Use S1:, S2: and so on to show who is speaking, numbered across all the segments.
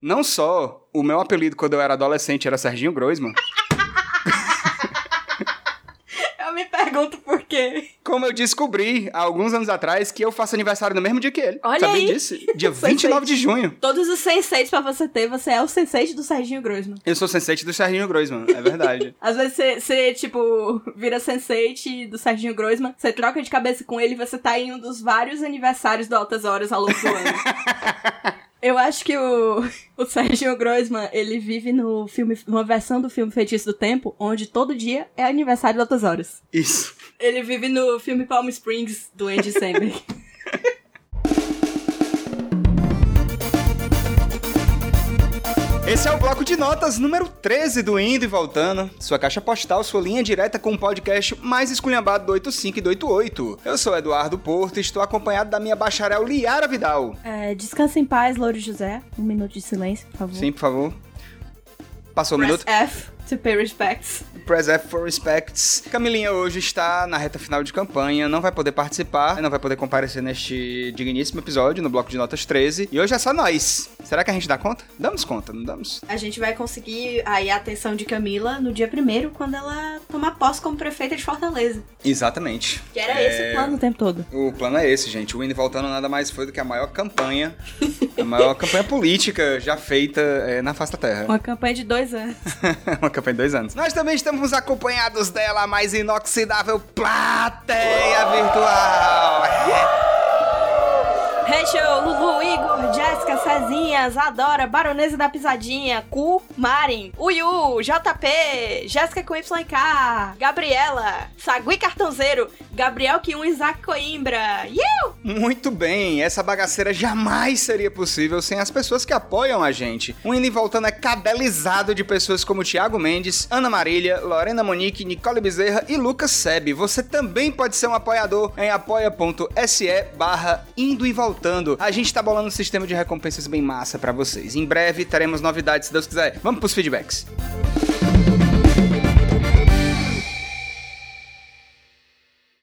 S1: Não só o meu apelido quando eu era adolescente era Serginho Groisman,
S2: Eu me pergunto por quê.
S1: como eu descobri há alguns anos atrás que eu faço aniversário no mesmo dia que ele.
S2: Olha
S1: Sabia
S2: aí.
S1: disso? Dia 29 de junho.
S2: Todos os senseis pra você ter, você é o sensei do Serginho Groisman.
S1: Eu sou sensei do Serginho Groisman, é verdade.
S2: Às vezes você, você, tipo, vira sensei do Serginho Groisman, você troca de cabeça com ele e você tá em um dos vários aniversários do Altas Horas ao longo do ano. Eu acho que o, o Serginho Groisman, ele vive no filme, numa versão do filme Feitiço do Tempo, onde todo dia é aniversário do Altas Horas.
S1: Isso.
S2: Ele vive no filme Palm Springs, do Andy Samberg.
S1: Esse é o bloco de notas número 13 do Indo e Voltando. Sua caixa postal, sua linha direta com o podcast mais esculhambado do 85 e do 88. Eu sou Eduardo Porto e estou acompanhado da minha bacharel Liara Vidal.
S2: É, descansa em paz, Louro José. Um minuto de silêncio, por favor.
S1: Sim, por favor. Passou um
S2: Press
S1: minuto.
S2: F to pay respects.
S1: Press F for respects. Camilinha hoje está na reta final de campanha, não vai poder participar, não vai poder comparecer neste digníssimo episódio, no bloco de notas 13. E hoje é só nós. Será que a gente dá conta? Damos conta, não damos?
S2: A gente vai conseguir aí a atenção de Camila no dia primeiro, quando ela tomar posse como prefeita de Fortaleza.
S1: Exatamente.
S2: Que era
S1: É.
S2: esse o plano o tempo todo.
S1: O plano é esse, gente. O Winnie voltando nada mais foi do que a maior campanha, a maior campanha política já feita eh, na face da Terra.
S2: Uma campanha de dois anos.
S1: Uma campanha de dois anos. Nós também estamos acompanhados dela, a mais inoxidável plateia virtual.
S2: Rachel, Lulu, Igor, Jéssica, Cezinha, Zadora, Baronesa da Pisadinha, Ku, Marin, Uyu, JP, Jéssica com YK, Gabriela, Sagui Cartãozeiro, Gabriel Kiun, Isaac Coimbra. Yeah!
S1: Muito bem, essa bagaceira jamais seria possível sem as pessoas que apoiam a gente. O Winnie voltando é cadelizado de pessoas como Thiago Mendes, Ana Marília, Lorena Monique, Nicole Bezerra e Lucas Seb. Você também pode ser um apoiador em apoia.se barra indo e voltando. A gente tá bolando um sistema de recompensas bem massa pra vocês. Em breve teremos novidades, se Deus quiser. Vamos pros feedbacks.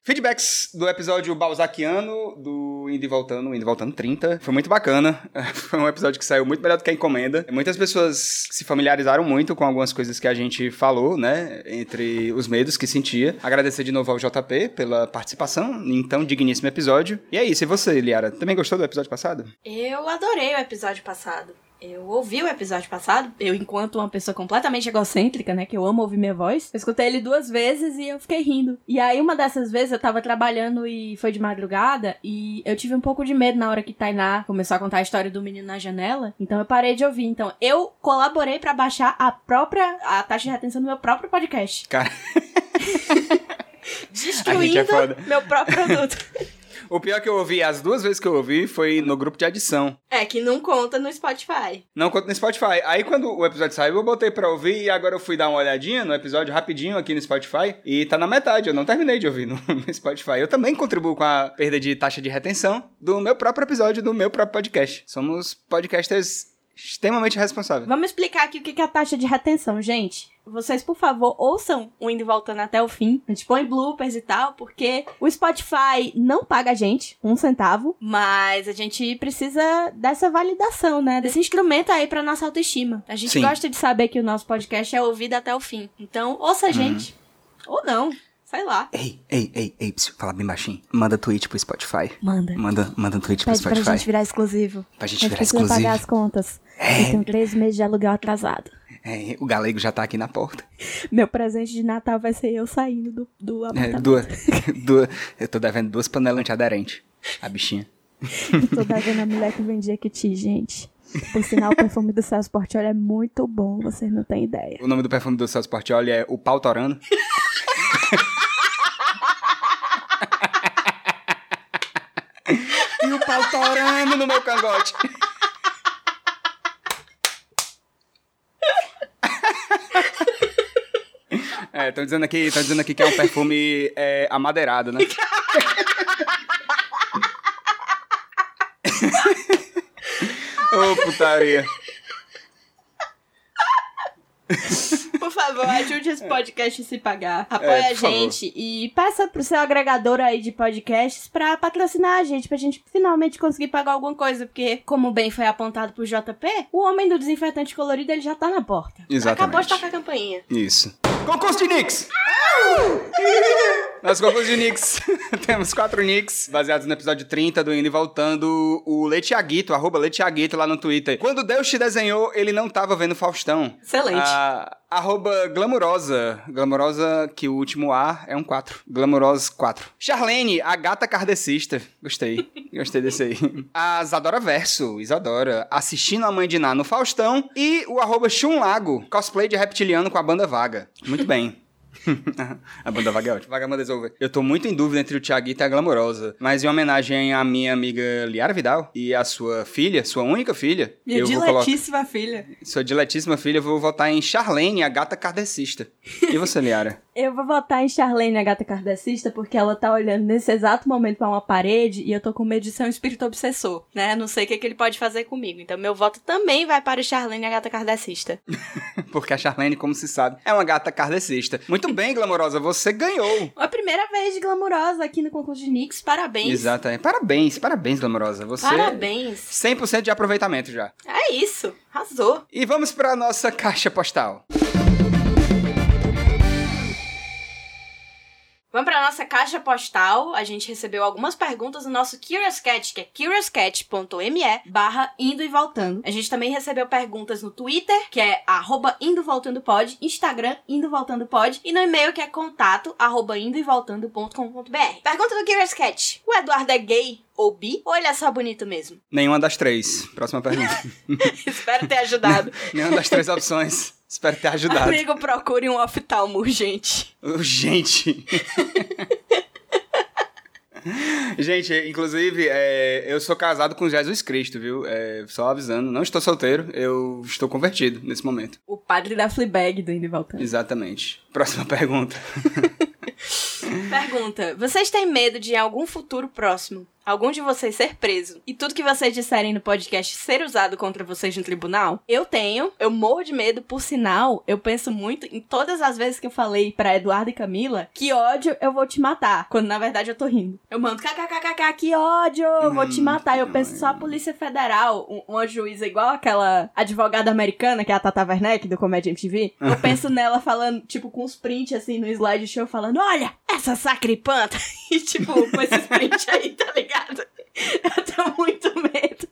S1: Feedbacks do episódio Balzaciano, do Indo e Voltando, Indo e Voltando 30. Foi muito bacana. Foi um episódio que saiu muito melhor do que a encomenda. Muitas pessoas se familiarizaram muito com algumas coisas que a gente falou, né? Entre os medos que sentia. Agradecer de novo ao JP pela participação. Então, digníssimo episódio. E é isso. E você, Liara? Também gostou do episódio passado?
S2: Eu adorei o episódio passado. Eu ouvi o episódio passado, eu enquanto uma pessoa completamente egocêntrica, né, que eu amo ouvir minha voz. Eu escutei ele duas vezes e eu fiquei rindo. E aí uma dessas vezes eu tava trabalhando e foi de madrugada e eu tive um pouco de medo na hora que Tainá começou a contar a história do menino na janela, então eu parei de ouvir. Então eu colaborei pra baixar a própria a taxa de retenção do meu próprio podcast.
S1: Cara. é
S2: Destruindo
S1: foda.
S2: meu próprio produto.
S1: O pior que eu ouvi, as duas vezes que eu ouvi, foi no grupo de adição.
S2: É que não conta no Spotify.
S1: Não conta no Spotify. Aí quando o episódio saiu, eu botei pra ouvir e agora eu fui dar uma olhadinha no episódio rapidinho aqui no Spotify e tá na metade, eu não terminei de ouvir no, no Spotify. Eu também contribuo com a perda de taxa de retenção do meu próprio episódio, do meu próprio podcast. Somos podcasters extremamente responsáveis.
S2: Vamos explicar aqui o que que é a taxa de retenção, gente. Vocês, por favor, ouçam o Indo e Voltando até o fim. A gente põe bloopers e tal, porque o Spotify não paga a gente um centavo, mas a gente precisa dessa validação, né? Desse instrumento aí pra nossa autoestima. A gente
S1: Sim.
S2: gosta de saber que o nosso podcast é ouvido até o fim. Então, ouça a gente. Ou não, sei lá.
S1: Ei, ei, ei, ei, psiu, fala bem baixinho. Manda tweet pro Spotify.
S2: Manda.
S1: Manda, manda um tweet pro
S2: Pede pra
S1: Spotify.
S2: gente virar exclusivo.
S1: pra gente
S2: A gente
S1: virar
S2: precisa
S1: exclusivo.
S2: pagar as contas. Eu tenho três meses de aluguel atrasado.
S1: É, o galego já tá aqui na porta.
S2: Meu presente de Natal vai ser eu saindo do, do
S1: É,
S2: apartamento.
S1: duas, duas. Eu tô devendo duas panelas antiaderentes. A bichinha.
S2: Tô devendo a mulher que vendia Kitty, gente. Por sinal, o perfume do Celso Portiolli é muito bom, vocês não têm ideia.
S1: O nome do perfume do Celso Portioli é O Pau Torano. e o pau torando no meu cangote. É, estão dizendo aqui, tão dizendo aqui que é um perfume é, amadeirado, né? Ô, putaria.
S2: Por favor, ajude esse podcast a se pagar. Apoie
S1: É, por
S2: a gente e peça pro seu agregador aí de podcasts pra patrocinar a gente, pra gente finalmente conseguir pagar alguma coisa. Porque, como bem foi apontado pro JP, o homem do desinfetante colorido ele já tá na porta.
S1: Exatamente.
S2: Acabou de tocar a campainha.
S1: Isso. Concurso de Knicks! Nós concurso de Knicks. Temos quatro Knicks, baseados no episódio 30 do Indo e Voltando. O Letiaguito, arroba Letiaguito lá no Twitter. Quando Deus te desenhou, ele não tava vendo Faustão.
S2: Excelente.
S1: A- arroba Glamurosa. Glamurosa, que o último A é um 4. Glamurosa 4. Charlene, a gata kardecista. Gostei. Gostei desse aí. A Zadora Verso, Isadora. Assistindo a mãe de Ná no Faustão. E o arroba Chum Lago, cosplay de reptiliano com a banda Vaga. Muito bem. a banda Vaga é ótima. Vaga manda resolver. Eu tô muito em dúvida entre o Thiaguita e a Glamourosa. Mas em homenagem à minha amiga Liara Vidal e à sua filha, sua única filha,
S2: Minha
S1: eu vou colocar.
S2: diletíssima filha.
S1: Sua diletíssima filha, eu vou votar em Charlene, a gata kardecista. E você, Liara?
S2: Eu vou votar em Charlene, a gata kardecista, porque ela tá olhando nesse exato momento pra uma parede e eu tô com medo de ser um espírito obsessor, né? Não sei o que, que ele pode fazer comigo. Então, meu voto também vai para o Charlene, a gata kardecista. É
S1: Porque a Charlene, como se sabe, é uma gata kardecista. Muito bem, glamourosa, você ganhou.
S2: A primeira vez de glamurosa aqui no concurso de Nix, parabéns.
S1: Exatamente. é. Parabéns, parabéns, glamourosa. Você
S2: Parabéns.
S1: 100% de aproveitamento já.
S2: É isso, arrasou.
S1: E vamos para nossa caixa postal.
S2: Vamos pra nossa caixa postal. A gente recebeu algumas perguntas no nosso Curious Cat, que é curiouscat.me barra indo e voltando. A gente também recebeu perguntas no Twitter, que é arroba indo e voltando pod, Instagram indo e voltando pod, e no e-mail que é contato arroba indo e voltando ponto com ponto br. Pergunta do Curious Cat. O Eduardo é gay ou bi? Ou ele é só bonito mesmo?
S1: Nenhuma das três. Próxima pergunta.
S2: Espero ter ajudado.
S1: Nenhuma das três opções. Espero ter ajudado.
S2: Amigo, procure um oftalmo urgente.
S1: Gente. Gente, inclusive, é, eu sou casado com Jesus Cristo, viu? É, só avisando, não estou solteiro, eu estou convertido nesse momento.
S2: O padre da Fleabag do indo e voltando.
S1: Exatamente. Próxima pergunta.
S2: Pergunta: Vocês têm medo de, em algum futuro próximo, algum de vocês ser preso e tudo que vocês disserem no podcast ser usado contra vocês no tribunal? Eu tenho, eu morro de medo. Por sinal, eu penso muito em todas as vezes que eu falei pra Eduardo e Camila que ódio, eu vou te matar. Quando na verdade eu tô rindo. Eu mando kkkk, que ódio, eu vou te
S1: Hum,
S2: matar. Eu penso só a Polícia Federal, um- uma juíza igual aquela advogada americana, que é a Tata Werneck, do Comédia MTV. Eu penso nela falando, tipo, com os prints, assim, no slideshow, falando, olha, essa sacripanta. E, tipo, com esses prints aí, tá ligado? Eu tenho muito medo.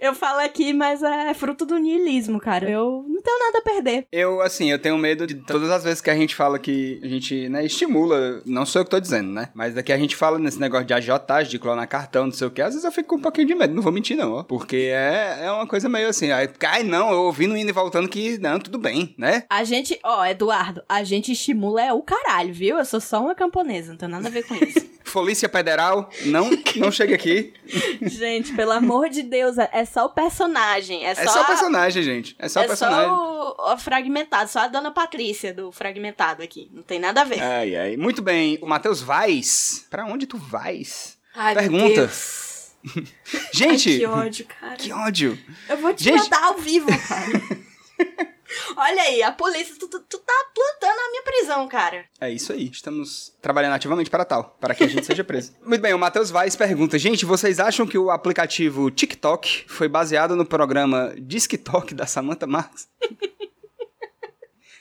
S2: Eu falo aqui, mas é fruto do niilismo, cara. Eu não tenho nada a perder.
S1: Eu, assim, eu tenho medo de todas as vezes que a gente fala que a gente, né, estimula, não sou eu que tô dizendo, né? Mas daqui a gente fala nesse negócio de agiotagem, de clonar cartão, não sei o que, às vezes eu fico com um pouquinho de medo, não vou mentir não, ó. Porque é, é uma coisa meio assim, aí, ai não, eu ouvindo indo e voltando que, não, tudo bem, né?
S2: A gente, ó, Eduardo, a gente estimula é o caralho, viu? Eu sou só uma camponesa, não tem nada a ver com isso.
S1: Polícia Federal, não, não chega aqui.
S2: gente, pelo amor de Deus, é- é só o personagem. É só,
S1: É só
S2: a-
S1: o personagem, gente. É só o
S2: é
S1: personagem.
S2: só o, o fragmentado, só a dona Patrícia do fragmentado aqui. Não tem nada a ver.
S1: Ai, ai. Muito bem. O Matheus Vaz. Pra onde tu vais?
S2: Ai,
S1: Pergunta.
S2: Meu Deus. Ai,
S1: Gente,
S2: que ódio, cara.
S1: que ódio.
S2: Eu vou te
S1: Gente.
S2: matar ao vivo, cara. Olha aí, a polícia, tu, tu- tu tá plantando a minha prisão, cara.
S1: É isso aí. Estamos trabalhando ativamente para tal, para que a gente seja preso. Muito bem, o Matheus Vaz pergunta: Gente, vocês acham que o aplicativo TikTok foi baseado no programa Disquitok da Samantha Marx?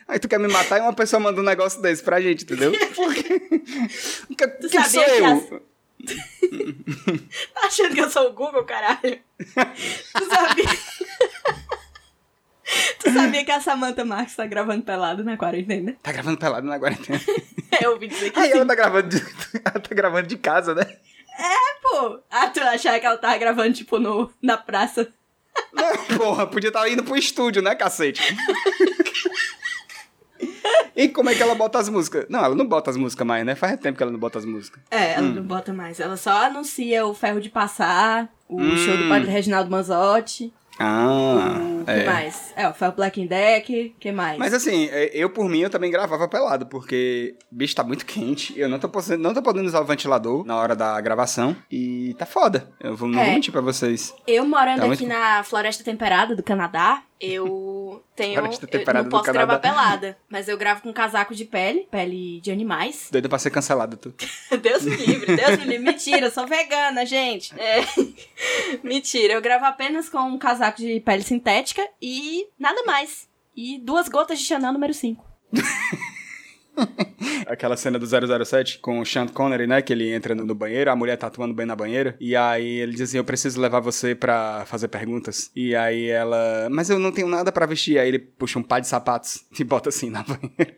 S1: Aí tu quer me matar e uma pessoa manda um negócio desse pra gente, entendeu? Porque... que
S2: Tu
S1: que sou
S2: sabia que
S1: eu?
S2: as- Tá achando que eu sou o Google, caralho? Tu sabia... tu sabia que a Samantha Marx tá gravando pelado na quarentena?
S1: Tá gravando pelado na quarentena.
S2: Eu ouvi dizer que
S1: Aí
S2: sim.
S1: ela tá gravando de, ela tá gravando de casa, né?
S2: Pô, ah, tu achava que ela tava gravando, tipo, no, na praça.
S1: Não, porra, podia estar indo pro estúdio, né, cacete? E como é que ela bota as músicas? Não, ela não bota as músicas mais, né? Faz tempo que ela não bota as músicas.
S2: É, ela não bota mais. Ela só anuncia o Ferro de Passar, o
S1: Hum.
S2: show do Padre Reginaldo Manzotti,
S1: Ah,
S2: o que mais? É, o Ferro Black in Deck, que mais?
S1: Mas assim, é, eu por mim, eu também gravava pelado, porque, bicho, tá muito quente. Eu não tô, podendo, não tô podendo usar o ventilador na hora da gravação. E tá foda. Eu vou, não
S2: É.
S1: vou mentir pra vocês.
S2: Eu morando
S1: Tá
S2: aqui
S1: muito-
S2: na Floresta Temperada do Canadá, Eu tenho.
S1: Hora de ter
S2: eu
S1: temperado
S2: não
S1: do
S2: posso gravar
S1: Canadá.
S2: pelada, mas eu gravo com casaco de pele, pele de animais.
S1: Doida pra ser cancelado, tu.
S2: Deus me livre, Deus me livre. Mentira, eu sou vegana, gente. É. Mentira, eu gravo apenas com um casaco de pele sintética e nada mais. E duas gotas de Xanã número 5.
S1: Aquela cena do 007 com o Sean Connery, né? Que ele entra no, no banheiro, a mulher tá tomando banho na banheira. E aí ele diz assim: Eu preciso levar você pra fazer perguntas. E aí ela. Mas eu não tenho nada pra vestir. Aí ele puxa um par de sapatos e bota assim na banheira.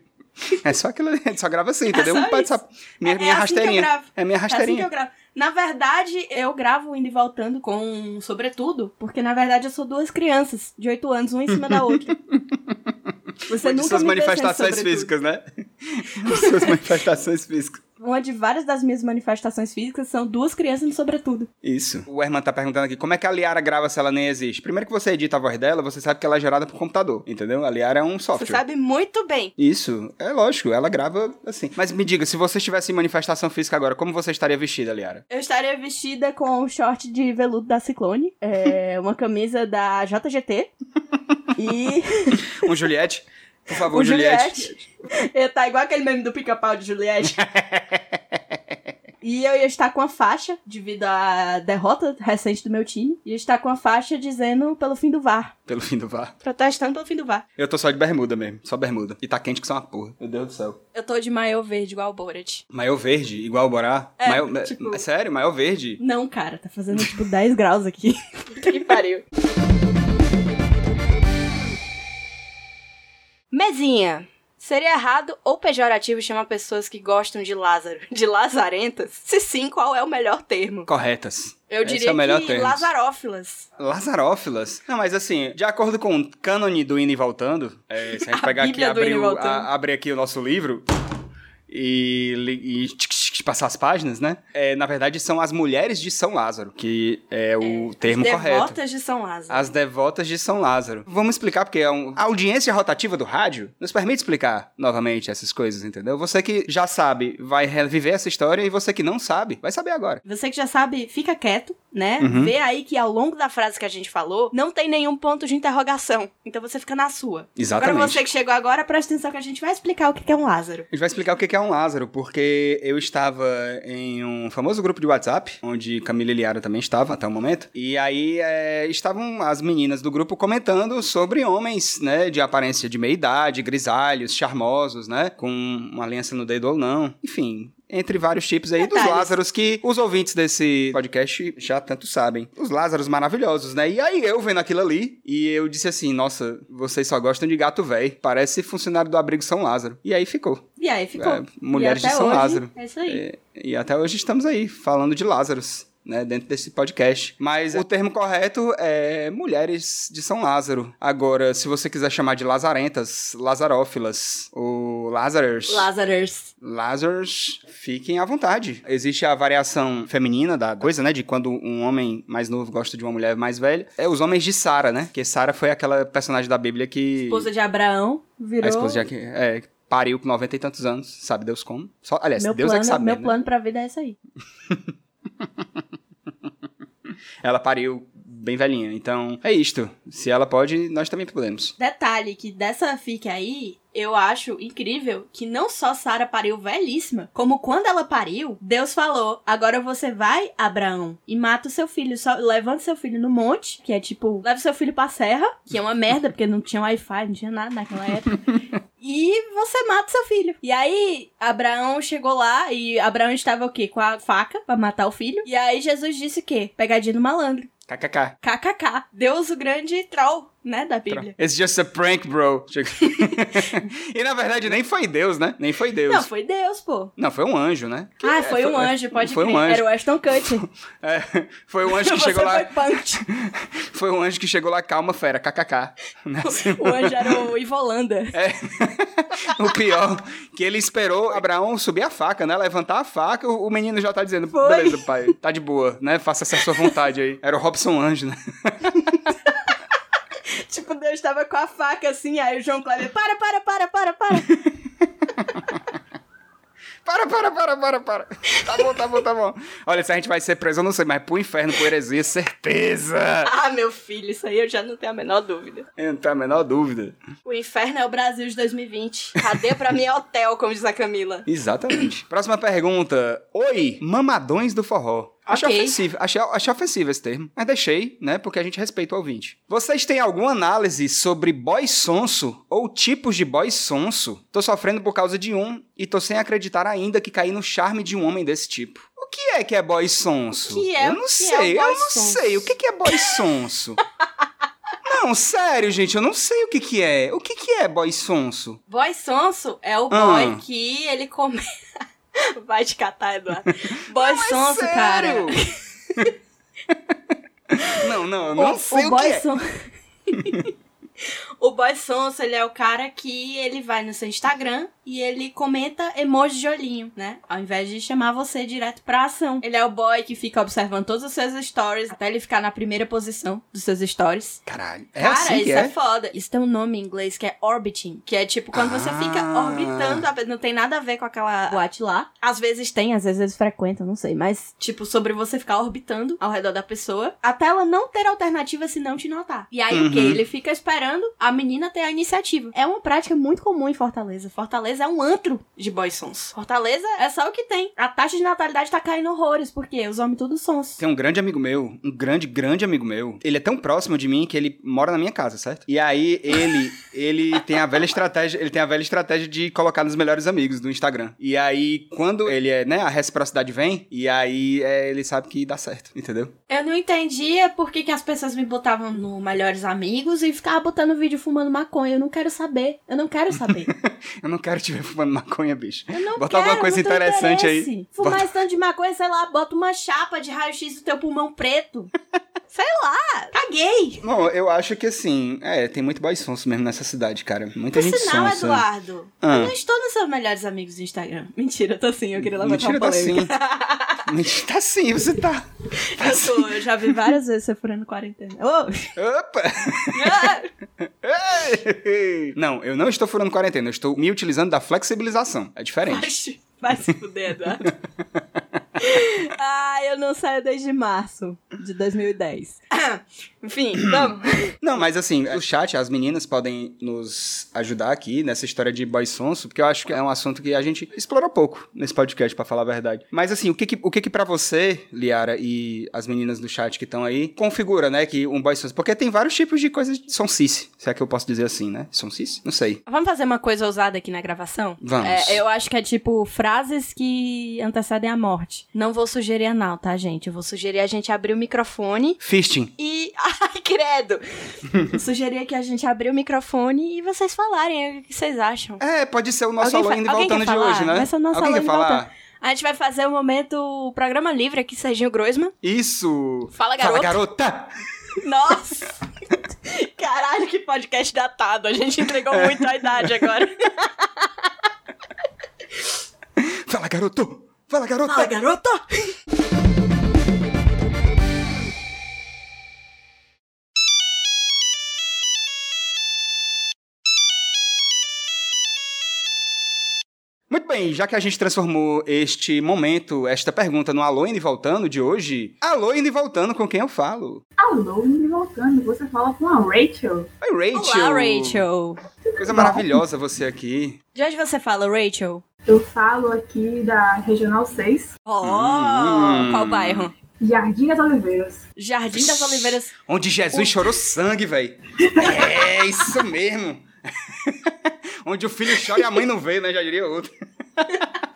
S1: É só aquilo ali, só grava assim, entendeu?
S2: É só
S1: um par de
S2: isso.
S1: sapatos. Minha,
S2: É- é
S1: minha
S2: assim que eu
S1: rasteirinha.
S2: gravo.
S1: é minha
S2: É assim que
S1: rasteirinha.
S2: eu gravo. Na verdade, eu gravo indo e voltando com um sobretudo, porque na verdade eu sou duas crianças de 8 anos, uma em cima da outra. Você
S1: Uma de
S2: nunca
S1: suas
S2: me vê sem
S1: manifestações
S2: sobretudo.
S1: físicas, né? suas manifestações físicas.
S2: Uma de várias das minhas manifestações físicas são duas crianças no sobretudo.
S1: Isso. O Herman tá perguntando aqui como é que a Liara grava se ela nem existe. Primeiro que você edita a voz dela, você sabe que ela é gerada por computador, entendeu? A Liara é um software.
S2: Você sabe muito bem.
S1: Isso, é lógico, ela grava assim. Mas me diga, se você estivesse em manifestação física agora, como você estaria vestida, Liara?
S2: Eu estaria vestida com um short de veludo da Ciclone, é, uma camisa da JGT e
S1: Um Juliette? Por favor,
S2: o
S1: Juliette.
S2: Um Juliette. Eu tá igual aquele meme do pica-pau de Juliette. E eu ia estar com a faixa, devido à derrota recente do meu time, ia estar com a faixa dizendo pelo fim do VAR.
S1: Pelo fim do VAR.
S2: Protestando pelo fim do VAR.
S1: Eu tô só de bermuda mesmo, só bermuda. E tá quente que são uma porra. Meu Deus do céu.
S2: Eu tô de maiô verde igual o Borat.
S1: Maiô verde, igual o Borá?
S2: É,
S1: Maiô-
S2: tipo-
S1: Sério, maiô verde?
S2: Não, cara, tá fazendo tipo 10 graus aqui. que pariu. Mesinha. Seria errado ou pejorativo chamar pessoas que gostam de Lázaro de lazarentas? Se sim, qual é o melhor termo?
S1: Corretas.
S2: Eu
S1: Esse
S2: diria
S1: é o melhor
S2: que
S1: termo.
S2: lazarófilas.
S1: Lazarófilas? Não, mas assim, de acordo com o cânone do Indo e Voltando, é, se a gente
S2: A
S1: pegar aqui e
S2: Bíblia do
S1: abrir,
S2: Indo e
S1: o-
S2: Voltando.
S1: a- abrir aqui o nosso livro e, li- e tch, tch, tch, passar as páginas, né? É, na verdade, são as mulheres de São Lázaro, que é o termo
S2: Devotas
S1: correto. Ah.
S2: de São Lázaro.
S1: As devotas de São Lázaro. Vamos explicar, porque é um- a audiência rotativa do rádio nos permite explicar novamente essas coisas, entendeu? Você que já sabe vai reviver essa história e você que não sabe vai saber agora.
S2: Você que já sabe, fica quieto, né?
S1: Uhum.
S2: Vê aí que ao longo da frase que a gente falou, não tem nenhum ponto de interrogação. Então você fica na sua.
S1: Exatamente.
S2: Agora você que chegou agora, presta atenção que a gente vai explicar o que que é um Lázaro.
S1: A gente vai explicar o que que é um Lázaro, porque eu estava em um famoso grupo de WhatsApp, onde Camila e Liara também estava até o momento, e aí é, estavam as meninas do grupo comentando sobre homens, né, de aparência de meia-idade, grisalhos, charmosos, né, com uma aliança no dedo ou não, enfim... Entre vários tipos aí dos
S2: Detalhes.
S1: Lázaros que os ouvintes desse podcast já tanto sabem. Os Lázaros maravilhosos, né? E aí eu vendo aquilo ali e eu disse assim: Nossa, vocês só gostam de gato velho. Parece funcionário do abrigo São Lázaro. E aí ficou.
S2: E aí ficou.
S1: É, mulheres
S2: E até
S1: de São
S2: hoje,
S1: Lázaro.
S2: É isso aí.
S1: E até hoje estamos aí falando de Lázaros, né, dentro desse podcast. Mas o termo correto é mulheres de São Lázaro. Agora, se você quiser chamar de lazarentas, lazarófilas ou lázarers,
S2: Lazarers.
S1: lázars, fiquem à vontade. Existe a variação feminina da coisa, né, de quando um homem mais novo gosta de uma mulher mais velha. É os homens de Sara, né? Que Sara foi aquela personagem da Bíblia que
S2: Esposa de Abraão virou.
S1: a esposa já que é, pariu com 90 e tantos anos, sabe Deus como. Só, aliás,
S2: meu
S1: Deus
S2: plano,
S1: é que sabe.
S2: meu
S1: mesmo, né?
S2: plano pra vida é isso aí.
S1: Ela pariu bem velhinha. Então, é isto. Se ela pode, nós também podemos.
S2: Detalhe que dessa fique aí, eu acho incrível que não só Sara pariu velhíssima, como quando ela pariu, Deus falou: "Agora você vai, Abraão, e mata o seu filho, só levanta seu filho no monte, que é tipo, leva seu filho pra serra, que é uma merda porque não tinha Wi-Fi, não tinha nada naquela época. E você mata seu filho. E aí, Abraão chegou lá e Abraão estava o quê? Com a faca pra matar o filho. E aí Jesus disse o quê? Pegadinha do malandro.
S1: KKK.
S2: KKK. Deus o grande troll, né, da Bíblia.
S1: It's just a prank, bro. Chega- e na verdade, nem foi Deus, né? Nem foi Deus.
S2: Não, foi Deus, pô.
S1: Não, foi um anjo, né? Que-
S2: ah,
S1: é,
S2: foi um anjo, pode
S1: foi um
S2: crer.
S1: anjo.
S2: Era o Ashton Kutcher.
S1: É, foi um anjo que
S2: Você
S1: chegou lá.
S2: foi punked.
S1: Foi um anjo que chegou lá, calma, fera, kkk. né?
S2: O anjo era o Ivolanda.
S1: O pior, que ele esperou Abraão subir a faca, né? Levantar a faca, o o menino já tá dizendo,
S2: Foi.
S1: beleza, pai, tá de boa, né? Faça essa sua vontade aí. Era o Robson Anjo, né?
S2: tipo, Deus tava com a faca assim, aí o João Cleber, para, para, para, para, para.
S1: Para, para, para, para, para. Tá bom, tá bom, tá bom. Olha, se a gente vai ser preso, eu não sei, mas pro inferno, por heresia, certeza.
S2: Ah, meu filho, isso aí eu já não tenho a menor dúvida.
S1: Eu Não tem a menor dúvida.
S2: O inferno é o Brasil de 2020. Cadê pra mim é hotel, como diz a Camila?
S1: Exatamente. Próxima pergunta. Oi, mamadões do forró. Achei
S2: Ok.
S1: ofensivo, achei, achei ofensivo esse termo, mas deixei, né? Porque a gente respeita o ouvinte. Vocês têm alguma análise sobre boy sonso ou tipos de boy sonso? Tô sofrendo por causa de um e tô sem acreditar ainda que caí no charme de um homem desse tipo. O que é que é boy sonso?
S2: O que é-
S1: eu não
S2: o que é
S1: sei,
S2: o
S1: eu
S2: boy
S1: não
S2: sonso?
S1: sei. O que que é boy sonso? não, sério, gente, eu não sei o que que é. O que que é boy sonso?
S2: Boy Sonso é o boy
S1: Ah.
S2: que ele come. Vai te catar, Eduardo. Boy
S1: Mas
S2: Sonso, cara.
S1: é sério? não, não, eu não
S2: o,
S1: sei
S2: o
S1: o,
S2: boy
S1: que é.
S2: son- o boy sonso, ele é o cara que ele vai no seu Instagram e ele comenta emoji de olhinho, né? Ao invés de chamar você direto pra ação. Ele é o boy que fica observando todos os seus stories até ele ficar na primeira posição dos seus stories.
S1: Caralho, é
S2: cara,
S1: assim
S2: isso
S1: que
S2: é?
S1: é?
S2: foda. Isso tem um nome em inglês que é orbiting, que é tipo quando você
S1: Ah.
S2: fica orbitando, a- não tem nada a ver com aquela boate lá. Às vezes tem, às vezes eles frequentam, não sei, mas tipo sobre você ficar orbitando ao redor da pessoa, até ela não ter alternativa se não te notar. E aí o que?
S1: Uhum.
S2: Ele fica esperando a menina ter a iniciativa. É uma prática muito comum em Fortaleza. Fortaleza é um antro de boys sons. Fortaleza é só o que tem. A taxa de natalidade tá caindo horrores, porque os homens tudo sons.
S1: Tem um grande amigo meu, um grande, grande amigo meu. Ele é tão próximo de mim que ele mora na minha casa, certo? E aí ele, ele tem a velha estratégia, ele tem a velha estratégia de colocar nos melhores amigos do Instagram. E aí quando ele é, né, a reciprocidade vem, e aí é, ele sabe que dá certo, entendeu?
S2: Eu não entendia por que, que as pessoas me botavam no Melhores Amigos e ficavam botando vídeo fumando maconha. Eu não quero saber. Eu não quero saber.
S1: Eu não quero te ver fumando maconha, bicho.
S2: Eu não
S1: Bota
S2: quero.
S1: alguma coisa
S2: não tenho
S1: interessante aí.
S2: interesse. Fumar
S1: Bota-
S2: esse tanto de maconha, sei lá, bota uma chapa de raio-x do teu pulmão preto. sei lá. Caguei.
S1: Bom, eu acho que assim, é, tem muito boy sonso mesmo nessa cidade, cara. Muita
S2: Por
S1: gente
S2: sinal,
S1: sonsa.
S2: Eduardo,
S1: Ah.
S2: eu não estou nos seus melhores amigos do Instagram. Mentira, eu tô sim. Eu queria levantar
S1: Mentira,
S2: uma
S1: tá
S2: polêmica.
S1: Mentira, Tá sim, você tá. tá
S2: eu tô. Eu já vi várias vezes você furando quarentena. Ô!
S1: Opa! Ei! Não, eu não estou furando quarentena, eu estou me utilizando da flexibilização. É diferente.
S2: Vai se- Vai se fuder, Eduardo. ah, eu não saio desde março de 2010. Enfim, vamos.
S1: Não, mas assim, o chat, as meninas podem nos ajudar aqui nessa história de boy sonso, porque eu acho que é um assunto que a gente explorou pouco nesse podcast, pra falar a verdade. Mas assim, o que que, o que, que pra você, Liara, e as meninas do chat que estão aí, configura, né, que um boy sonso... Porque tem vários tipos de coisas de sonsice, se é que eu posso dizer assim, né? Sonsice? Não sei.
S2: Vamos fazer uma coisa ousada aqui na gravação?
S1: Vamos.
S2: É, eu acho que é tipo frases que antecedem a morte. Não vou sugerir anal, tá, gente? Eu vou sugerir a gente abrir o microfone
S1: Fisting.
S2: e. Ai, credo! Eu sugeria que a gente abrir o microfone e vocês falarem o que vocês acham.
S1: É, pode ser o nosso
S2: Alguém fa-
S1: aluno indo e
S2: alguém quer
S1: voltando de
S2: falar? é
S1: hoje, né?
S2: Vai ser o nosso
S1: alguém quer
S2: aluno indo e
S1: falar?
S2: A gente vai fazer o momento o programa livre aqui, Serginho Groisman.
S1: Isso!
S2: Fala,
S1: Fala,
S2: garota.
S1: garota!
S2: Nossa! Caralho, que podcast datado. A gente entregou muito a idade agora.
S1: Fala, garoto! Fala, garota!
S2: garota!
S1: Muito bem, já que a gente transformou este momento, esta pergunta no Alô Indo e Voltando de hoje, Alô Indo e Voltando com quem eu falo?
S3: Alô, me voltando, você fala com a Rachel?
S1: Oi, Rachel!
S2: Olá, Rachel!
S1: Coisa maravilhosa você aqui.
S2: De onde você fala, Rachel?
S3: Eu falo aqui da Regional 6,
S2: Oh,
S1: Hum.
S2: qual bairro?
S3: Jardim das Oliveiras.
S2: Jardim das Oliveiras.
S1: Onde Jesus chorou sangue, velho. É, isso mesmo. Onde o filho chora e a mãe não vê, né? Já diria outro.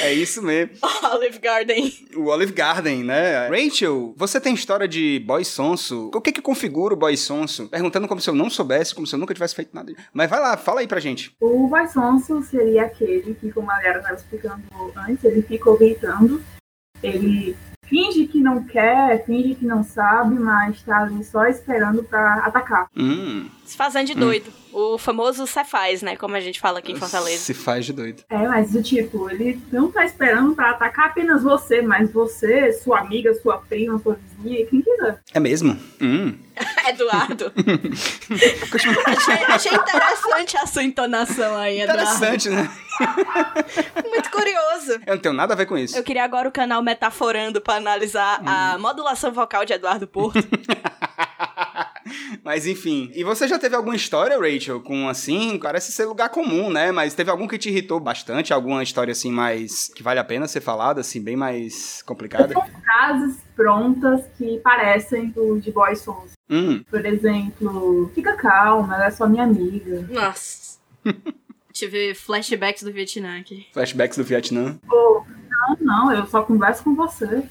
S1: É isso mesmo.
S2: Olive Garden.
S1: O Olive Garden, né? Rachel, você tem história de boy sonso? O que que configura o boy sonso? Perguntando como se eu não soubesse, como se eu nunca tivesse feito nada. Mas vai lá, fala aí pra gente.
S3: O boy sonso seria aquele que, como a Liara estava explicando antes, ele fica orbitando, ele finge que não quer, finge que não sabe, mas tá ali só esperando pra atacar.
S1: Hum,
S2: Se fazendo de doido. O famoso cefaz, né? Como a gente fala aqui em Fortaleza.
S1: Se faz de doido.
S3: É, mas do tipo, ele não tá esperando pra atacar apenas você, mas você, sua amiga, sua prima, sua vizinha, quem quiser.
S1: É mesmo? Hum.
S2: Eduardo.
S1: Continua.
S2: achei, achei interessante a sua entonação aí, Eduardo.
S1: Interessante, né?
S2: Muito curioso.
S1: Eu não tenho nada a ver com isso.
S2: Eu queria agora o canal Metaforando pra analisar a modulação vocal de Eduardo Porto.
S1: Mas enfim. E você já teve alguma história, Rachel, com assim, parece ser lugar comum, né? Mas teve algum que te irritou bastante? Alguma história assim mais que vale a pena ser falada, assim, bem mais complicada?
S3: Frases prontas que parecem do de Boy Sons.
S1: Hum.
S3: Por exemplo, fica calma, ela é só minha amiga.
S2: Nossa. Tive flashbacks do Vietnã aqui.
S1: Flashbacks do Vietnã.
S3: Ou, não, não, eu só converso com você.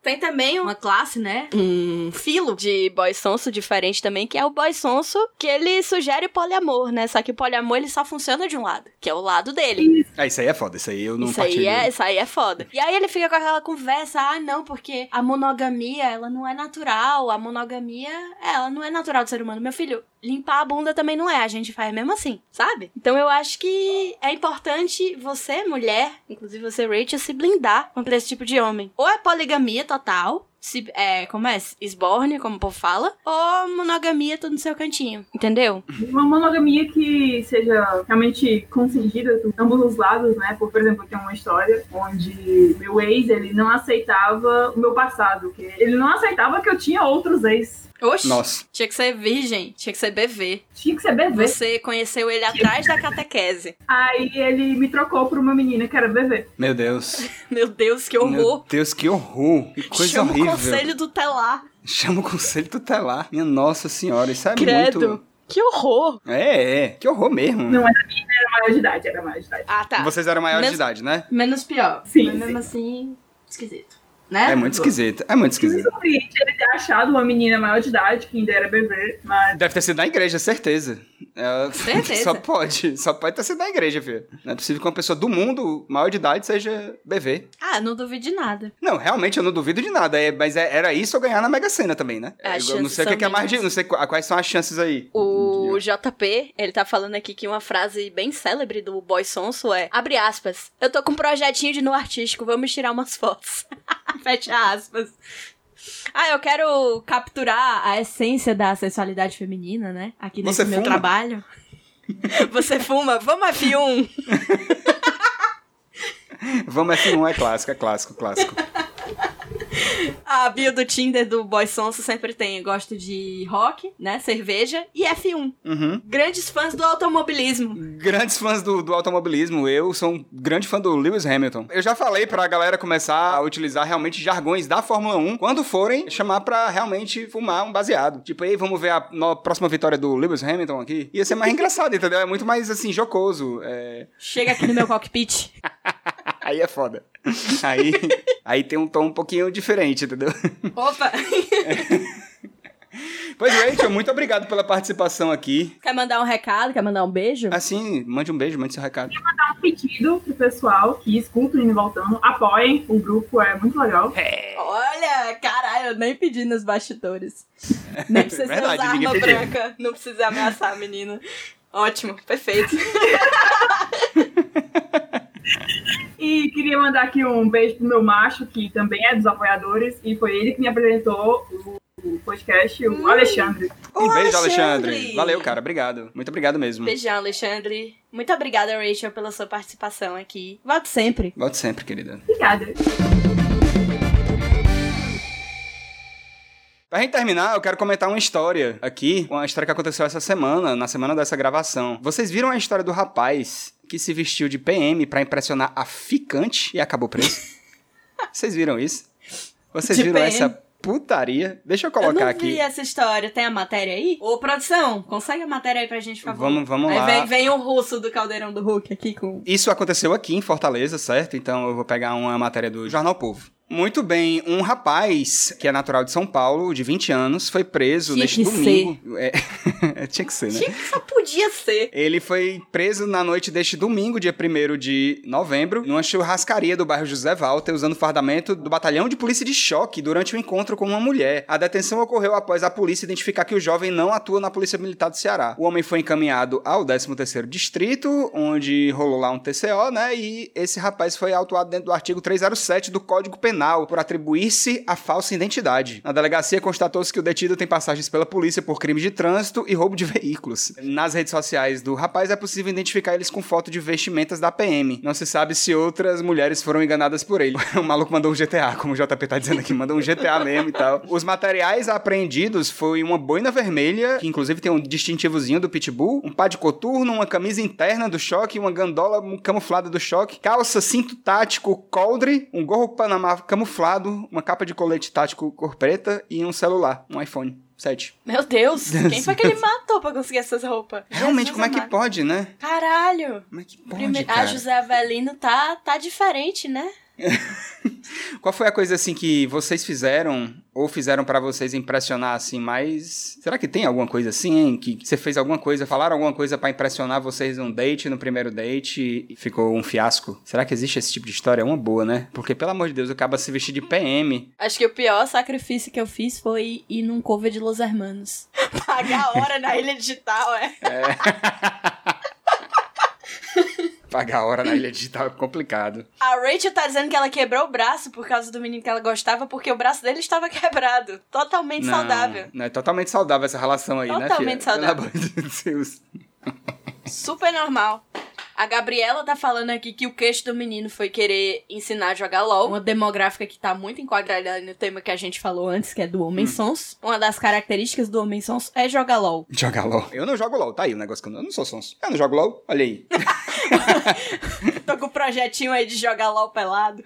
S2: Tem também uma classe, né? Um filo de boy sonso diferente também, que é o boy sonso que ele sugere poliamor, né? Só que o poliamor ele só funciona de um lado, que é o lado dele.
S1: Ah, isso aí é foda, isso aí eu não
S2: Isso aí,
S1: partilho.
S2: é, isso aí é foda. E aí ele fica com aquela conversa, ah, não, porque a monogamia, ela não é natural. A monogamia, é, ela não é natural do ser humano. Meu filho, limpar a bunda também não é. A gente faz mesmo assim, sabe? Então eu acho que é importante você, mulher, inclusive você, Rachel, se blindar contra esse tipo de homem. Ou é poligamia total... Se, é, como é? Esborne, como o povo fala. Ou monogamia, tudo no seu cantinho. Entendeu?
S3: Uma monogamia que seja realmente consentida por ambos os lados, né? Por, por exemplo, tem uma história onde meu ex, ele não aceitava o meu passado. Que ele não aceitava que eu tinha outros ex.
S2: Oxi.
S1: Nossa.
S2: Tinha que ser virgem. Tinha que ser BV.
S3: Tinha que ser bebê.
S2: Você conheceu ele atrás da catequese.
S3: Aí ele me trocou por uma menina que era bebê.
S1: Meu Deus.
S2: Meu Deus, que
S1: Meu
S2: horror.
S1: Deus, que horror. Que coisa
S2: Chama
S1: horrível.
S2: o conselho do telar.
S1: Chama o conselho tutelar. Minha nossa senhora, isso é
S2: Credo.
S1: muito.
S2: Que horror.
S1: É, é. Que horror mesmo.
S3: Não era menina, era maior de idade, era maior de idade.
S2: Ah, tá.
S1: Vocês eram maiores
S2: Mesmo-
S1: de idade, né?
S2: Menos pior.
S3: Sim,
S2: Mas mesmo assim, esquisito. Né?
S1: É muito esquisito. É muito
S3: Que me
S1: esquisito.
S3: surpreende ele ter achado uma menina maior de idade, que ainda era bebê, mas
S1: Deve ter sido na igreja, certeza. É,
S2: Certeza.
S1: Só pode. Só pode ter sido na igreja, filho. Não é possível que uma pessoa do mundo maior de idade seja BV.
S2: Ah, não duvido de nada.
S1: Não, realmente eu não duvido de nada. é- mas é- era isso ou ganhar na Mega Sena também, né?
S2: As
S1: É, eu não
S2: chances
S1: sei o que,
S2: são
S1: que é mais de.
S2: mínimas.
S1: Não sei qua- quais são as chances aí. Um
S2: O JP, ele tá falando aqui que uma frase bem célebre do Boy Sonso é abre aspas, eu tô com um projetinho de nu artístico, vamos tirar umas fotos. Fecha aspas. Ah, eu quero capturar a essência da sensualidade feminina, né? Aqui
S1: Você
S2: nesse meu
S1: fuma?
S2: trabalho. Você fuma? Vamos um. a F1!
S1: Vamos F1, é clássico, é clássico, clássico.
S2: A bio do Tinder do Boy Sonso sempre tem. Gosto de rock, né? Cerveja e F1.
S1: Uhum.
S2: Grandes fãs do automobilismo.
S1: Grandes fãs do, do automobilismo, eu sou um grande fã do Lewis Hamilton. Eu já falei pra galera começar a utilizar realmente jargões da Fórmula 1 quando forem chamar pra realmente fumar um baseado. Tipo, ei, vamos ver a no- próxima vitória do Lewis Hamilton aqui. Ia ser mais engraçado, entendeu? É muito mais assim, jocoso. É...
S2: Chega aqui no meu cockpit.
S1: Aí é foda. Aí, aí tem um tom um pouquinho diferente, entendeu?
S2: Opa!
S1: Pois, Rachel, muito obrigado pela participação aqui.
S2: Quer mandar um recado? Quer mandar um beijo?
S1: Assim, mande um beijo, mande seu recado.
S3: dá um pedido pro pessoal que escuta o Indo e Voltando, apoiem o grupo, é muito legal.
S2: Olha, caralho, eu nem pedi nos bastidores. Não precisa
S1: Verdade,
S2: usar
S1: ninguém
S2: arma
S1: pediu.
S2: branca, não precisa ameaçar a menina. Ótimo, perfeito.
S3: E queria mandar aqui um beijo pro meu macho, que também é dos apoiadores, e foi ele que me apresentou o o podcast, o Alexandre.
S1: Um
S2: Ô,
S1: beijo,
S2: Alexandre.
S1: Alexandre. Valeu, cara. Obrigado. Muito obrigado mesmo.
S2: Beijão, Alexandre. Muito obrigada, Rachel, pela sua participação aqui. Volte sempre.
S1: Volte sempre, querida.
S3: Obrigada.
S1: Pra gente terminar, eu quero comentar uma história aqui, uma história que aconteceu essa semana, na semana dessa gravação. Vocês viram a história do rapaz que se vestiu de PM pra impressionar a ficante e acabou preso? Vocês viram isso? Vocês
S2: De
S1: viram
S2: PM?
S1: essa putaria? Deixa eu
S2: Eu
S1: colocar
S2: não vi
S1: aqui.
S2: essa história. Tem a matéria aí? Ô, produção, consegue a matéria aí pra gente, por favor?
S1: Vamos, vamos
S2: aí
S1: lá.
S2: vem, vem o russo do Caldeirão do Hulk aqui com...
S1: Isso aconteceu aqui em Fortaleza, certo? Então eu vou pegar uma matéria do Jornal Povo. Muito bem, um rapaz que é natural de São Paulo, de 20 anos, foi preso
S2: Tinha
S1: neste
S2: que
S1: domingo. É, tinha que ser, né?
S2: Tinha que só podia ser.
S1: Ele foi preso na noite deste domingo, dia 1 de novembro, numa churrascaria do bairro José Walter, usando fardamento do batalhão de polícia de choque durante o encontro com uma mulher. A detenção ocorreu após a polícia identificar que o jovem não atua na Polícia Militar do Ceará. O homem foi encaminhado ao 13º Distrito, onde rolou lá um TCO, né? E esse rapaz foi autuado dentro do artigo 307 do Código Penal por atribuir-se a falsa identidade. Na delegacia constatou-se que o detido tem passagens pela polícia por crimes de trânsito e roubo de veículos. Nas redes sociais do rapaz é possível identificar eles com foto de vestimentas da PM. Não se sabe se outras mulheres foram enganadas por ele. O maluco mandou um GTA, como o JP tá dizendo aqui, mandou um GTA mesmo e tal. Os materiais apreendidos foi uma boina vermelha, que inclusive tem um distintivozinho do Pitbull, um pá de coturno, uma camisa interna do choque, uma gandola um camuflada do choque, calça, cinto tático, coldre, um gorro panamá camuflado, uma capa de colete tático cor preta e um celular, um iPhone 7.
S2: Meu Deus, quem foi que ele matou pra conseguir essas roupas?
S1: Realmente,
S2: Jesus
S1: como é que
S2: amado.
S1: pode, né?
S2: Caralho!
S1: Como é que pode,
S2: Primeiro,
S1: cara?
S2: a José Avelino tá, tá diferente, né?
S1: Qual foi a coisa assim que vocês fizeram ou fizeram pra vocês impressionar assim mais? Será que tem alguma coisa assim, hein? Que você fez alguma coisa, falaram alguma coisa pra impressionar vocês num date, no primeiro date e ficou um fiasco? Será que existe esse tipo de história? É uma boa, né? Porque pelo amor de Deus, acaba se vestir de PM.
S2: Acho que o pior sacrifício que eu fiz foi ir num cover de Los Hermanos. Pagar a hora na ilha digital, é.
S1: Pagar a hora na ilha digital é complicado.
S2: A Rachel tá dizendo que ela quebrou o braço por causa do menino que ela gostava, porque o braço dele estava quebrado. Totalmente saudável.
S1: Não, é totalmente saudável essa relação aí, né,
S2: Totalmente
S1: filha? Pelo
S2: saudável.
S1: amor de Deus.
S2: Super normal. A Gabriela tá falando aqui que o queixo do menino foi querer ensinar a jogar LOL. Uma demográfica que tá muito enquadrada no tema que a gente falou antes, que é do
S1: Hum.
S2: homem sons. Uma das características do homem sons é jogar LOL.
S1: Joga LOL. Eu não jogo LOL, tá aí o negócio que eu não, eu não sou sonso. Eu não jogo LOL, olha aí.
S2: Tô com o projetinho aí de jogar LOL pelado.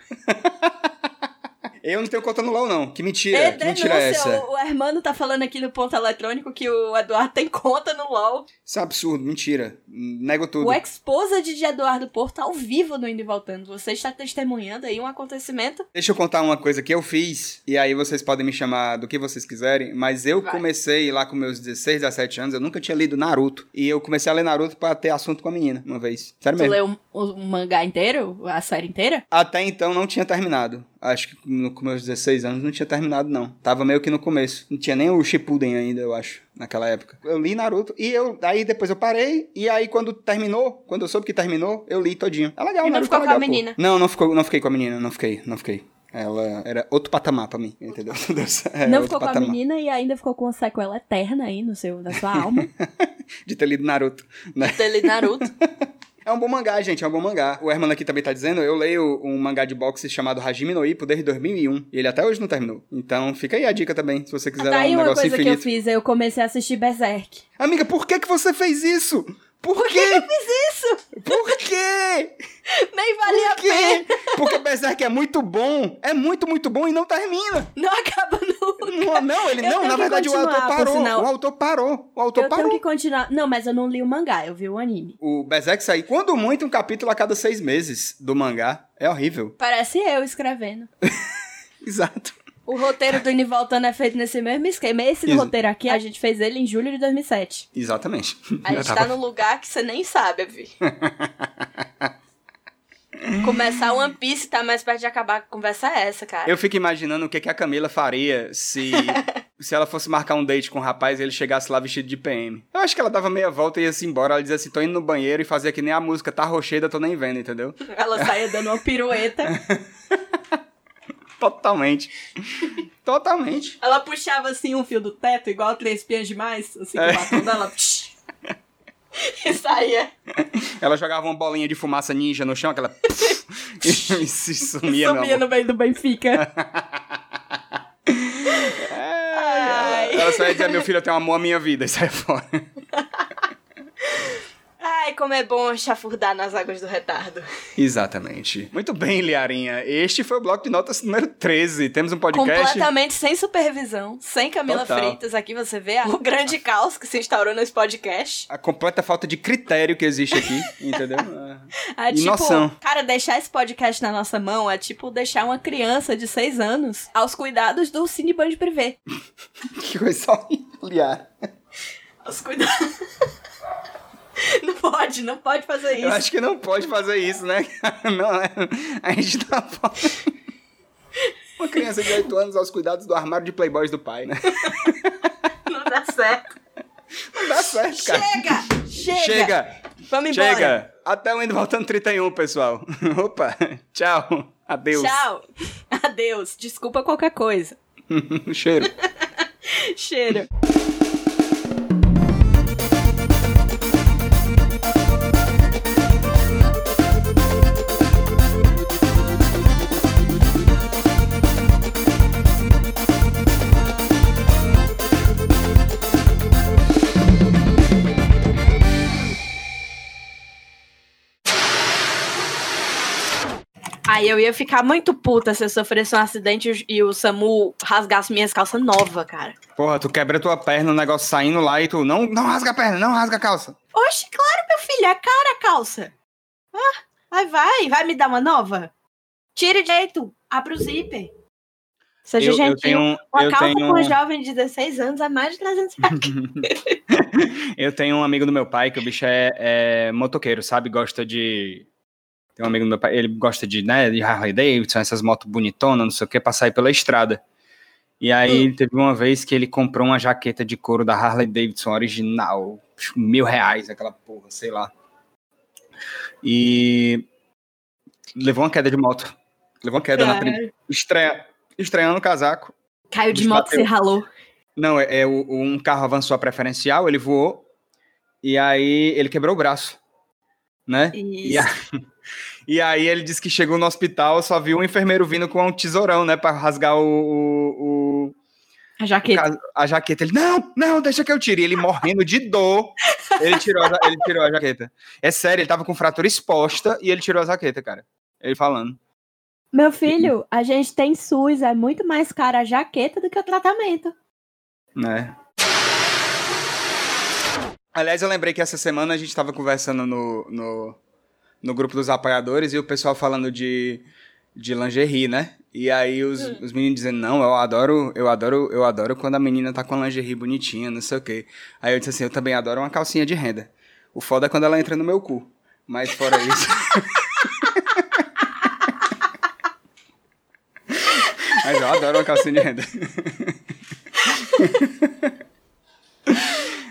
S1: Eu não tenho conta no LOL, não. Que mentira.
S2: É
S1: que mentira é essa?
S2: denúncia. O, o Hermano tá falando aqui no ponto eletrônico que o Eduardo tem conta no LOL.
S1: Isso é um absurdo, mentira. Nego tudo.
S2: O exposed de Eduardo Porto ao vivo no Indo e Voltando. Você está testemunhando aí um acontecimento.
S1: Deixa eu contar uma coisa que eu fiz, e aí vocês podem me chamar do que vocês quiserem, mas eu
S2: Vai.
S1: comecei lá com meus 16, 17 anos, eu nunca tinha lido Naruto. E eu comecei a ler Naruto pra ter assunto com a menina, uma vez. Sério
S2: Tu
S1: mesmo.
S2: leu o, o mangá inteiro? A série inteira?
S1: Até então não tinha terminado. Acho que no- com meus 16 anos não tinha terminado, não. Tava meio que no começo. Não tinha nem o Shippuden ainda, eu acho, naquela época. Eu li Naruto e eu. Aí depois eu parei. E aí quando terminou, quando eu soube que terminou, eu li todinho. É legal,
S2: E não
S1: Naruto
S2: ficou
S1: é
S2: com a
S1: legal, pô.
S2: menina?
S1: Não, não, ficou, não fiquei com a menina, não fiquei, não fiquei. Ela era outro patamar pra mim, entendeu? É,
S2: não
S1: outro
S2: ficou com a
S1: patamar.
S2: menina e ainda ficou com uma sequela eterna aí no seu, na sua alma.
S1: De ter lido Naruto, né?
S2: Dele Naruto.
S1: É um bom mangá, gente, é um bom mangá. O Herman aqui também tá dizendo, eu leio um mangá de boxe chamado Hajime no Ippo desde 2001, e ele até hoje não terminou. Então fica aí a dica também, se você quiser
S2: Tá
S1: dar um
S2: aí uma
S1: negócio
S2: coisa que eu
S1: infinito.
S2: fiz, eu comecei a assistir Berserk.
S1: Amiga, por que que você fez isso? Por, quê?
S2: Isso!
S1: Por quê?
S2: Nem valia a
S1: Por quê?
S2: pena!
S1: Porque Berserk é muito bom, é muito, muito bom e não termina.
S2: Não acaba nunca!
S1: Não, não, ele
S2: Eu
S1: não,
S2: tenho
S1: na
S2: que
S1: verdade o autor
S2: continuar, por
S1: parou.
S2: sinal.
S1: O autor parou. O autor
S2: Eu
S1: parou.
S2: tenho que continuar. Não, mas eu não li o mangá, eu vi o anime.
S1: O Berserk sai quando muito um capítulo a cada seis meses do mangá. É horrível.
S2: Parece eu escrevendo.
S1: Exato.
S2: O roteiro do Indo e Voltando é feito nesse mesmo esquema. Esse
S1: Isso.
S2: roteiro aqui, a gente fez ele em julho de 2007.
S1: Exatamente.
S2: A gente tá num lugar que você nem sabe, Vi. Começar One Piece tá mais perto de acabar a conversa é essa, cara.
S1: Eu fico imaginando o que, que a Camila faria se, se ela fosse marcar um date com um rapaz e ele chegasse lá vestido de PM. Eu acho que ela dava meia volta e ia-se embora. Ela dizia assim: tô indo no banheiro e fazia que nem a música, tá rocheda, tô nem vendo, entendeu?
S2: Ela saia dando uma pirueta.
S1: Totalmente. Totalmente.
S2: Ela puxava assim um fio do teto, igual três pias demais, assim, com o
S1: É.
S2: batom dela. psh, e saía.
S1: Ela jogava uma bolinha de fumaça ninja no chão, aquela. e se sumia, meu
S2: Sumia
S1: amor.
S2: no meio do Benfica. Ai.
S1: Ela só ia dizer: meu filho, eu tenho amor à minha vida, e sai fora.
S2: Ai, como é bom chafurdar nas águas do retardo.
S1: Exatamente. Muito bem, Liarinha. Este foi o bloco de notas número 13. Temos um podcast.
S2: Completamente sem supervisão, sem Camila
S1: Total.
S2: Freitas. Aqui você vê a- o grande caos que se instaurou nesse podcast.
S1: A completa falta de critério que existe aqui, entendeu? Ah.
S2: É
S1: E
S2: tipo,
S1: noção.
S2: cara, deixar esse podcast na nossa mão é tipo deixar uma criança de 6 anos aos cuidados do Cineband Privé.
S1: Que coisa horrível, Liara.
S2: Aos cuidados. não pode, não pode fazer isso.
S1: Eu acho que não pode fazer isso, né? Não, é- a gente tá falando. Uma criança de 8 anos aos cuidados do armário de playboys do pai, né?
S2: Não dá certo.
S1: Não dá certo, cara.
S2: Chega! Chega!
S1: Chega!
S2: Vamos embora.
S1: Chega! Até o Indo Voltando 31, pessoal. Opa! Tchau! Adeus!
S2: Tchau. Adeus. Desculpa qualquer coisa.
S1: Cheiro!
S2: Cheiro. Aí eu ia ficar muito puta se eu sofresse um acidente e o SAMU rasgasse minhas calças nova, cara.
S1: Porra, tu quebra tua perna, o negócio saindo lá e tu não, não rasga a perna, não rasga a calça.
S2: Oxe, claro, meu filho, é cara a calça. Ah, aí vai, vai me dar uma nova? Tire direito, abre o zíper. Seja
S1: eu, eu
S2: gentil.
S1: tenho,
S2: Tá
S1: um,
S2: uma
S1: eu,
S2: calça com uma
S1: tenho,
S2: jovem de 16 anos a mais de 300 reais.
S1: eu tenho um amigo do meu pai que o bicho é, é motoqueiro, sabe? Gosta de. Tem um amigo do meu pai, ele gosta de, né, de Harley Davidson, essas motos bonitonas, não sei o que, pra sair pela estrada. E aí teve uma vez que ele comprou uma jaqueta de couro da Harley Davidson original, acho que mil reais, aquela porra, sei lá. E levou uma queda de moto. Levou uma queda na
S2: Cara.
S1: primeira. Estreia, estreando o casaco.
S2: Caiu de
S1: Bicho
S2: moto, você
S1: bateu.
S2: ralou.
S1: Não, é, é o- o- um carro avançou a preferencial, ele voou e aí ele quebrou o braço, né?
S2: Isso.
S1: E, a- e aí ele disse que chegou no hospital, só viu um enfermeiro vindo com um tesourão, né, Pra rasgar o, o- o-
S2: A jaqueta.
S1: ca- a jaqueta. Ele não, não, deixa que eu tire. E Ele morrendo de dor, ele tirou, a, ja- ele tirou a jaqueta. É sério, ele tava com fratura exposta e ele tirou a jaqueta, cara. Ele falando.
S2: Meu filho, a gente tem SUS, é muito mais cara a jaqueta do que o tratamento.
S1: né? Aliás, eu lembrei que essa semana a gente tava conversando no, no, no grupo dos apoiadores e o pessoal falando de, de lingerie, né? E aí os, os meninos dizendo, não, eu adoro, eu adoro, eu adoro quando a menina tá com a lingerie bonitinha, não sei o quê. Aí eu disse assim, eu também adoro uma calcinha de renda. O foda é quando ela entra no meu cu. Mas fora isso. Mas eu adoro uma calcinha de renda.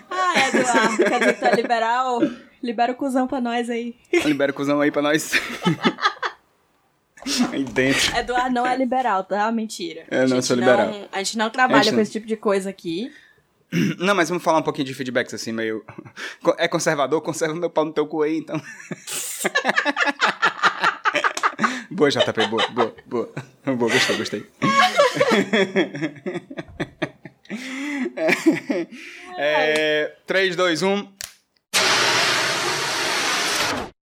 S2: Ah, Eduardo, quer dizer que tu é liberal? Libera o cuzão pra nós aí.
S1: Libera o cuzão aí pra nós. aí dentro.
S2: Eduardo não é liberal, tá? Mentira.
S1: Eu não
S2: A gente
S1: sou liberal.
S2: não- a gente não
S1: A
S2: trabalha
S1: gente
S2: com
S1: não.
S2: esse tipo de coisa aqui.
S1: Não, mas vamos falar um pouquinho de feedbacks assim, meio. Co- É conservador? Conserva meu pau no teu cu aí, então. boa, JP, boa, boa, boa. Boa, gostei, gostei. é, 3, 2, 1.